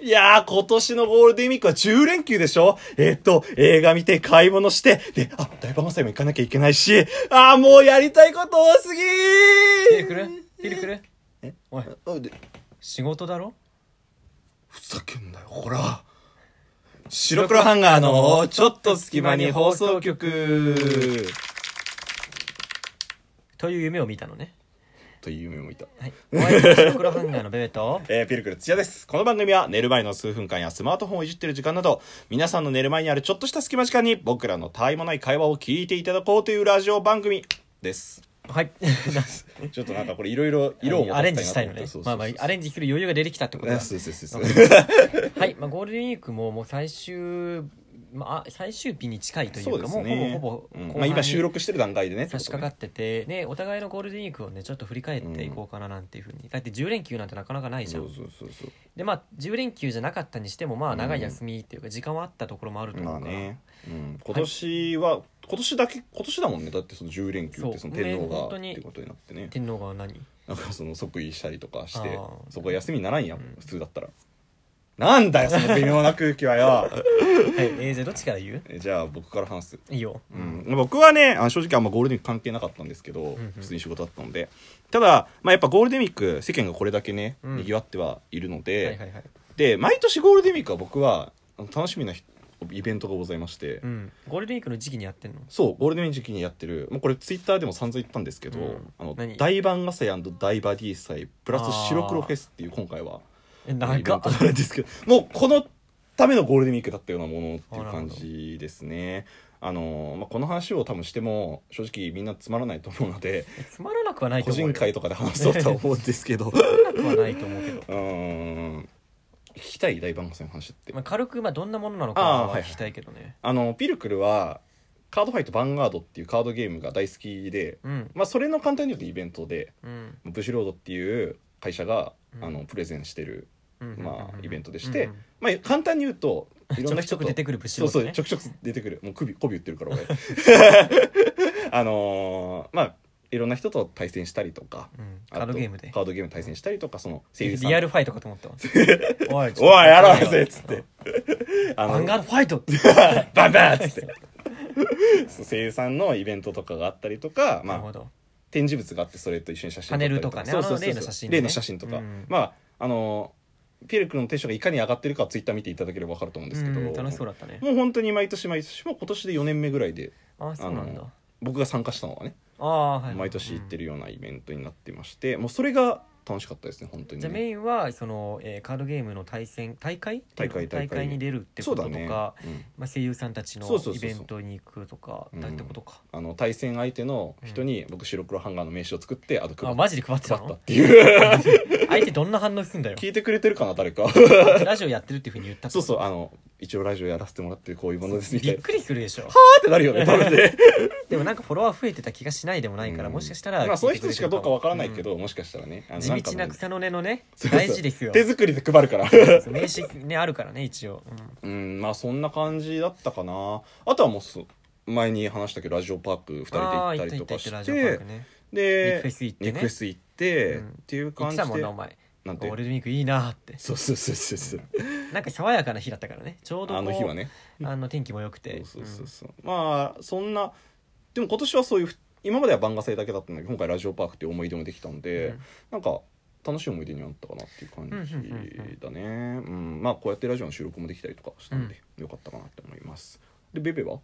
いやー、今年のゴールデンウィークは10連休でしょえーっと、映画見て、買い物して、で、あ、大盤祭も行かなきゃいけないし、あー、もうやりたいこと多すぎヒールくるヒルくるおいあで仕事だろふざけんなよ、ほら。白黒ハンガーの、ちょっと隙間に放送局。という夢を見たのねという夢もいた。はいお相手は白黒ハンガーのベ ベとえー、ピルクル土屋です。この番組は寝る前の数分間やスマートフォンをいじってる時間など、皆さんの寝る前にあるちょっとした隙間時間に僕らのたわいもない会話を聞いていただこうというラジオ番組です。はい ちょっとなんかこれいろいろ色を持たアレせンジしたいのねそうまそあうまそうあアレンジする余裕が出てきたってことだあそうそうそうそう。はい、まあ、ゴールデンウィークももう最終、まあ、最終日に近い といそううでかすね。もうほぼほうぼ後半んに、まあ今収録してる段階でね。差し掛かってて、ね、お互いのゴールデンウィークをねちょっと振り返っていこうかななんていうふうに、だって10連休なんてなかなかないじゃそんうそうそうそう。でまあ10連休じゃなかったにしてもまあ長い休みっていうか時間はあったところもあると思うまあから、ね、うん、今年は、今年だけ今年だもんねだってその10連休っそてうその天皇ねが本っ当にてことになってね天皇 が何なんかその即位したりとかしてあーそこ休みにならんやん、普通だったらなんだよその微妙な空気は よはい、えー、じゃあどっちから言うえじゃあ僕から話すいいよ、うん、僕はねあの正直あんまゴールデンウィーク関係なかったんですけど、んうん普通に仕事だったのでただ、まあ、やっぱゴールデンウィーク世間がこれだけね、うんにぎわってはいるので、はいはいはいで毎年ゴールデンウィークは僕はあの楽しみなひイベントがございまして、うんゴールデンウィークの時期にやってんのそうゴールデンウィーク時期にやってるもうこれツイッターでも散々言ったんですけど、うんあの何大番ガ祭大バディ祭プラス白黒フェスっていう今回はえイベ長ンっトなんですけどもうこのためのゴールデンウィークだったようなものっていう感じですねあの、まあ、この話を多分しても正直みんなつまらないと思うのでえつまらなくはないと個思う人よ会とかで話そうとは思うんですけ どつまらなくはないと思うけどうーん聞きたい大番ガ祭の話って まあ、軽くまあどんなものなのかあーははい聞きたいけどね、あのピルクルはカードファイトヴァンガードっていうカードゲームが大好きで、うんまあ、それの簡単に言うとイベントでうんブシロードっていう会社が、うんあのプレゼンしてる、うんまあ、イベントでしうてんうん、まあ、簡単に言うといろんな人ちょくちょくと出てくるブシそロうードそねうちょくちょく出てくるもう首媚び売ってるから 俺あのーまあいろんな人と対戦したりとかうんあとカードゲームでカードゲーム対戦したりとかその声優さんリアルファイトかと 思ったわおいちょっとおいやろうぜっつっ てあバンガードファイ トバンバンっつってそう声優さんのイベントとかがあったりとか、なるまあほ、ど展示物があってそれと一緒に写真撮ったりパネルとかねそうそうそうあの例の写真ね例の写真とか、うんまああのピエル君のテンションがいかに上がってるかはツイッター見ていただければ分かると思うんですけどうん楽しそうだったねもう本当に毎年毎年もう今年で4年目ぐらいでああそうなんだあの僕が参加したのはねああはいはい毎年行ってるるようなイベントになってまして、もうそれが楽しかったですね本当にじゃあね、メインはその、えーカードゲームの対戦大会大会大会大会に出るってそこうとだとか、ね、うんまあ、声優さんたちのそうそうそうイそうベントに行くとかだってことか、あの対戦相手の人に僕白黒ハンガーの名刺を作ってあと配あっマジで配って配たったっのていう 相手どんな反応するんだよ聞いてくれてるかな誰か ラジオやってるっていうふうに言ったっそてこうとそうあの一応ラジオやらせてもらってこういうものですみたいびなっくりするでしょってなるよ ね多分ねでもなんかフォロワー増えてた気がしないでもないから、うんもしかしたら、まあ、その人しかどうかわからないけど、もしかしたらねあうのん地んか道なもう草の根のね そうそう大事ですよ手作りで配るから そう名刺ねあるからね一応、うんうんまあそんな感じだったかなあとはもうそう前に話したけどラジオパーク2人で行ったりとかあしー行った行った行ったラジオパーてクねで肉フェス行ってね肉フェス行って、うんっていう行っ感てじたもんでなお前なんゴてールデンウィークいいなーってそうそうそうそうそうなんか爽やかな日だったからねちょうどこうあの日はねあの天気も良くてそうそうそうそうまあそんなでも今年はそういうふ今までは番画祭だけだったんだけど今回ラジオパークっていう思い出もできたんで、うんなんか楽しい思い出になったかなっていう感じだねうんまあこうやってラジオの収録もできたりとかしたんで、よかったかなって思いますでベベは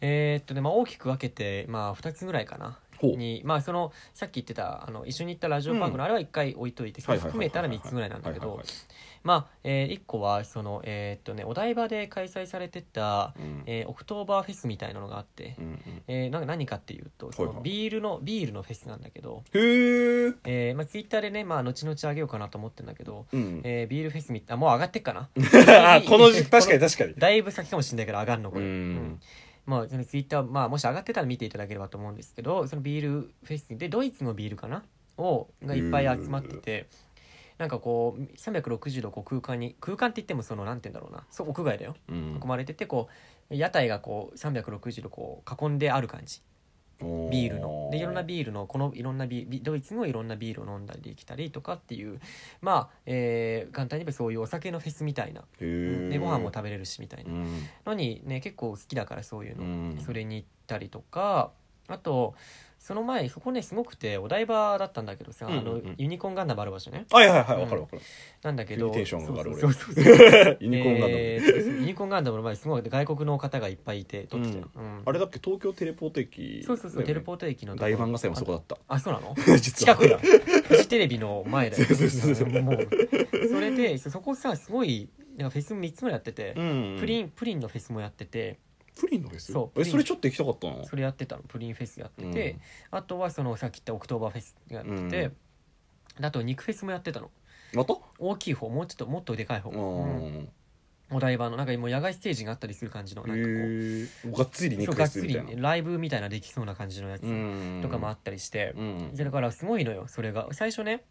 えーっとね、まあ、大きく分けて、まあ、2つぐらいかなほうに、まあ、そのさっき言ってたあの一緒に行ったラジオパークうんのあれは1回置いといて、それ含めたら3つぐらいなんだけはどいまあ、え1個はその、えーっとね、お台場で開催されてた、はいはいはいえーオクトーバーフェスみたいなのがあって、うんうんえーなんか何かっていうとそはいはのいビールのビールのフェスなんだけど、うんへええーまあ、ツイッターでね、まあ、後々あげようかなと思ってるんだけど、うん、えービールフェスみあもう上がってっかな あこの時確かに確かにだいぶ先かもしれないから上がるのこれ、うんうんまあそのツイッター、まあ、もし上がってたら見ていただければと思うんですけどそのビールフェスでドイツのビールかなをがいっぱい集まっててなんかこう360度こう空間に空間って言ってもそのなんて言うんだろうなそう屋外だようん囲まれててこう屋台がこう360度こう囲んである感じビールのでいろんなビールのこのいろんなビビドイツのいろんなビールを飲んだりできたりとかっていうまあ、えー簡単に言えばそういうお酒のフェスみたいな、ールでご飯も食べれるしみたいなうんのにね結構好きだからそういうの、うんそれに行ったりとかあとその前そこねすごくてお台場だったんだけどさ、うんうんあのうんユニコーンガンダムある場所ねはいはいはういんわかるわかるなんだけ急どにテンション上がるそうそうそ うそうユニコーンガンダムえーそうユニコーンガンダムの前すごい外国の方がいっぱいいて撮ってたよ、うんあれだっけ東京テレポート駅そうそうそう、テレポート駅のとこ大漫画祭もそこだったあそうなの 実近はくだフジテレビの前だよそうそうそうそうもうそれでそそこさすごいなんかフェス3つもやってて、うんプリンンプリンのフェスもやっててプリンのフェスそうプえリンそれちょっと行きたかったなそれやってたのプリンフェスやってうんて、あとはそのさっき言ったオクトーバーフェスやってて、あと肉フェスもやってたのまた大きい方もうちょっともっとでかい方、ううんんお台場のなんかもう野外ステージがあったりする感じのへなんかこえうがっつりそう肉フがェっスつみりたいなライブみたいなできそうな感じのやつうんとかもあったりして、うんでだからすごいのよそれが最初ね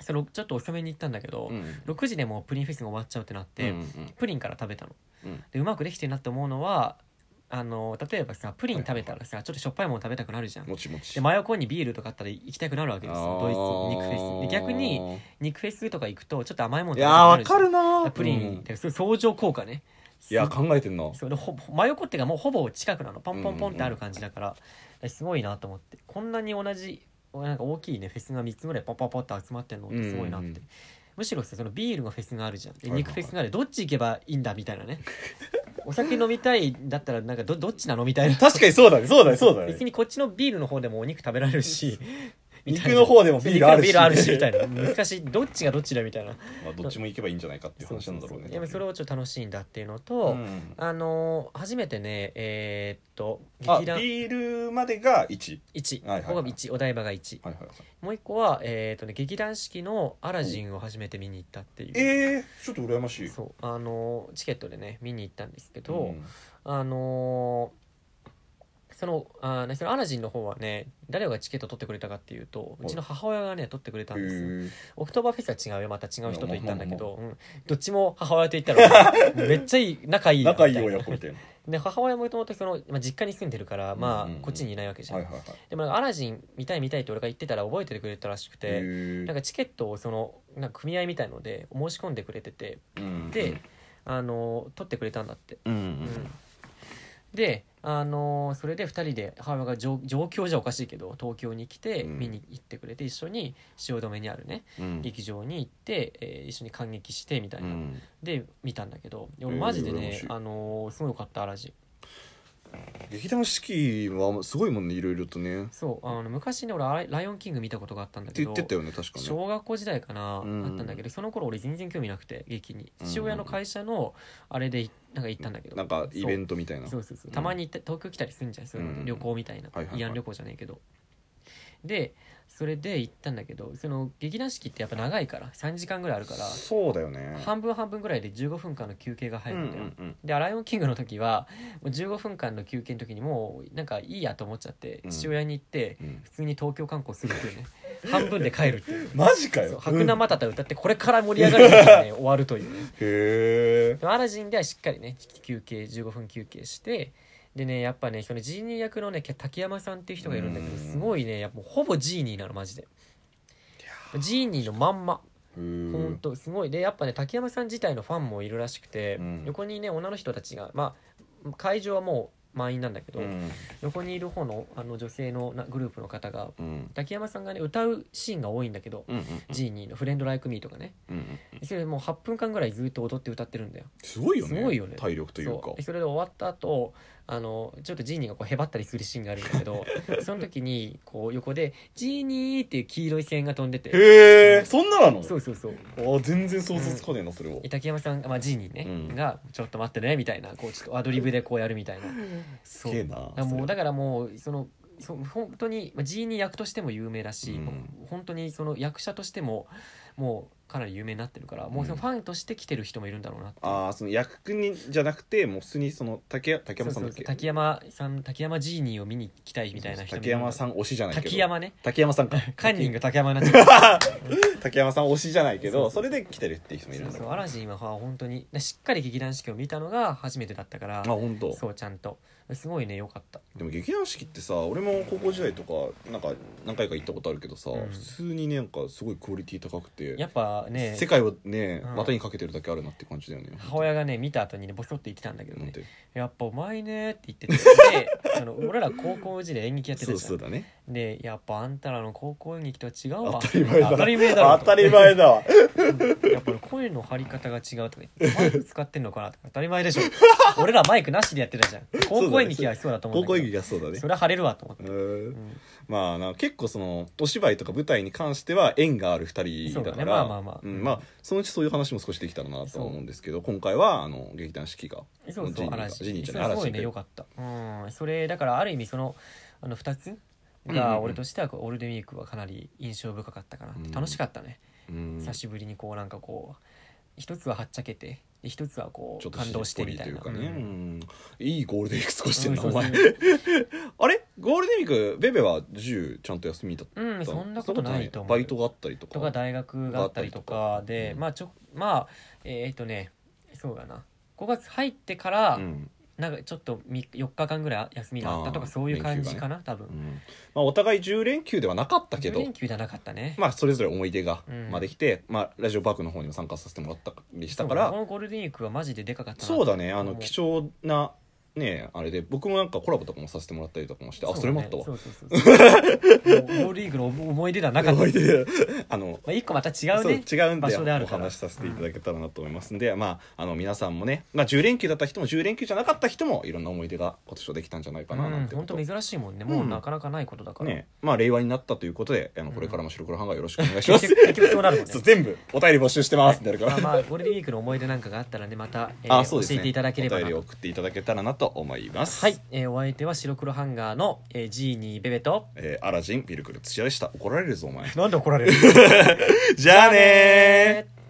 そのちょっと遅めに行ったんだけど、うん6時でもうプリンフェスが終わっちゃうってなって、うんプリンから食べたのうんでうまくできてるなって思うのはあの例えばさプリン食べたらさちょっとしょっぱいもの食べたくなるじゃんもちもちで真横にビールとかあったら行きたくなるわけですよドイツの肉フェスで逆にに肉フェスとか行くとちょっと甘いものい食べたくやーなわるじゃかんるなープリうんンって、そう相乗効果ねいや考えてんなそうでほぼ真横っていうかもうほぼ近くなのポンポンポンってある感じだから,、すごいなと思ってこんなに同じなんか大きいねフェスが3つぐらいポンポンポンって集まってんのってすごいなって、うんうんうんむしろさそのビールのフェスがあるじゃんはでいはい肉フェスがあるどっち行けばいいんだみたいなね お酒飲みたいんだったらなんかどどっちなのみたいな確かにそうだねそうだね そうだね別にこっちのビールの方でもお肉食べられ るしみたい肉なの方でもビールあるし肉のビールあるしみたいな難しいどっちがどっちだみたいなまあどっちも行けばいいんじゃないかっていう話なんだろうねでもそれをちょっと楽しいんだっていうのうと、んあのー初めてねえーっとあ劇団ビールまでが1 1、はいはいはいここが1お台場が1はいはいはいもう一個は、えーっとね、劇団四季の「アラジン」を初めて見に行ったっていう、えー、ちょっと羨ましいそうあのーチケットでね見に行ったんですけど、うんあのーそのあーねそのアラジンの方はね誰がチケット取ってくれたかっていうとうちの母親がね取ってくれたんですよへーオクトーバーフェスは違うよまた違う人と行ったんだけど、うん、どっちも母親と行ったらめっちゃいい仲いいなみ仲たいいな親子みたいなで母親もともとその、まあ、実家に住んでるから、まあうんうんうんこっちにいないわけじゃん、はいはいはいでもなんかアラジン見たい見たいって俺が言ってたら覚えててくれたらしくへて、ーなんかチケットをそのなんか組合みたいので申し込んでくれててうんであの取ってくれたんだって、うんうんであのそれで2人で母親が上上京じゃおかしいけど東京に来てうん見に行ってくれて一緒に汐留にあるねうんうん劇場に行って、えー一緒に観劇してみたいうな、んで見たんだけどえ俺ーマジで羨まねしい、あのすごいよかったアラジン劇団四季はすごいもんねいろいろとねっそうあの昔ね俺ライ「ライオンキング」見たことがあったんだてけ言ってどたよね確かに小学校時代かな、うんあったんだけどその頃俺全然興味なくて劇にうん父親の会社のあれでなんか行ったんだけどなんかイベントみたいなそうそうそうそうたまに行って東京来たりするんじゃんそういうのでうん旅行みたいな、はいはいはい慰安旅行じゃないけどでそれで行ったんだけどその劇団四季ってやっぱ長いから3時間ぐらいあるからそうだよね半分半分ぐらいで15分間の休憩が入うんるうんだよ、んで「ライオンキング」の時はもう15分間の休憩の時にもうなんかいいやと思っちゃってうん父親に行ってうん普通に東京観光するっていうね 半分で帰るっていう マジかそうよ白生うんへたた歌ってこれから盛り上がる時にね終わるというねえでもアラジンではしっかりね休憩15分休憩してでねやっぱねそのジーニー役のね竹山さんっていう人がいるんだけどうんすごいねやっぱもうほぼジーニーなのマジでジーニーのまんまほんとすごいでやっぱね竹山さん自体のファンもいるらしくて、うん横にね女の人たちがまあ会場はもう満員なんだけど、うん横にいる方のあの女性のなグループの方がうん竹山さんがね歌うシーンが多いんだけど、うんうんジーニーの「フレンド・ライク・ミー」とかねうんうんそれもう8分間ぐらいずっと踊って歌ってるんだよすごいよねすごいよね体力というかそうでそれで終わった後あのちょっとジーニーがこうへばったりするシーンがあるんだけ どその時にこう横で「ジーニー」っていう黄色い線が飛んでてへえそんななのそうそうそうあ全然想像つかねえなそれは竹山さんまあジーニーね、うんが「ちょっと待ってね」みたいなこうちょっとアドリブでこうやるみたいなすげえなだからもうだかからもうそのそ本当にまあジーニー役としても有名だし、うん本当にその役者としてももうかなり有名になってるからもうそのファンとして来てる人もいるんだろうなっていうああその役君にじゃなくてもう普通にその竹竹山さんだっそうそうそけう竹山さん竹山ジーニーを見に行きたいみたいな人もい竹るんだろ山うさん推しじゃないけど滝山ね竹山さんかカンニング竹山になっちゃった 竹山さん推しじゃないけどそそれで来てるっていう人もいるそんうだそうろアラジンは本当にしっかり劇団四季を見たのが初めてだったからあ本当。そうちゃんとすごいね良かったでも劇団四季ってさ俺も高校時代とかなんか何回か行ったことあるけどさ、うん普通にねなんかすごいクオリティ高くて、やっぱね世界をね、うん股にかけてるだけあるなって感じだよね母親がね見た後にねボソッと言ってたんだけどなんねてやっぱうまいねって言っててでその俺ら高校時代演劇やってそたうじゃそうんだねでやっぱあんたらの高校演劇とは違う当わたり前だ当たり前だろ当たり前だ わやっぱり声の張り方が違うとか言ってマイク使ってんのかなとか当たり前 でしょ俺らマイクなしでやってたじゃん高校演劇はそうだと思う高んだけど校演劇がそうだねそれは張れるわと思ってう、ーうんんまあな結構そのお芝居とか舞台に関しては縁がある2人だそうかだねまらあまあまあうんまあそのうちそういう話も少しできたらなとは思うんですけど今回はあの劇団四季がそうジそうニーが嵐ジニーじそゃれないすごい嵐ね良かったうんそれだからある意味そのあの2つが俺としてはこうオールデンウィークはかなり印象深かったかな、うん楽しかったね、うん久しぶりにこうなんかこう一つははっちゃけてで一つはこちょっうと感動してみたいしっなぽりというかね、うんうんいいゴールデンウィーク過ごしてんな、うんお前そうそうあれゴールデンウィークベベは10ちゃんと休みだったうんそんなことないと思うバイトがあったりとかとか大学があったりとかで、うんまあちょまあえっ、とねそうだな5月入ってから、うんなんかちょっと4日間ぐらい休みがあったとかあーそういう感じ連休かがな、多う分んまあ、お互い10連休ではなかったけ10ど連休じゃなかったね、まあそれぞれ思い出が、うんまあ、できて、まあ、ラジオパークの方にも参加させてもらったりしたかそうらこのゴールデンウィークはマジででかかったなそうだねあのうん貴重なねあれで僕もなんかコラボとかもさせてもらったりとかもしてあそれもあったわそうそうそうそうもうゴールデンウィークの思い出では なかった、ま覚えてるあのあ、一個また違うそうね違うん場で所であるおから話しさせていただけたらなと思いますんで、まああの皆さんもね、まあ、10連休だった人も10連休じゃなかった人もいろんな思い出が今年はできたんじゃないかななんてこ本と、当珍しいもんねもううんなかなかないことだから、ねまあ令和になったということであのこれからも白黒ハンガーよろしくお願いしま結 す、局 結局そうなるもんねそう全部お便り募集してますってなるからまあまあゴールデンウィークの思い出なんかがあったらねまた、え ーあそうですね教えていただければおな便りとを送っていただけたらなと思いますはい、えーお相手は白黒ハンガーの、えー、ジーニーベベとえ ーアラジンミルクル土屋でした怒られるぞお前なんで怒られるじゃあねー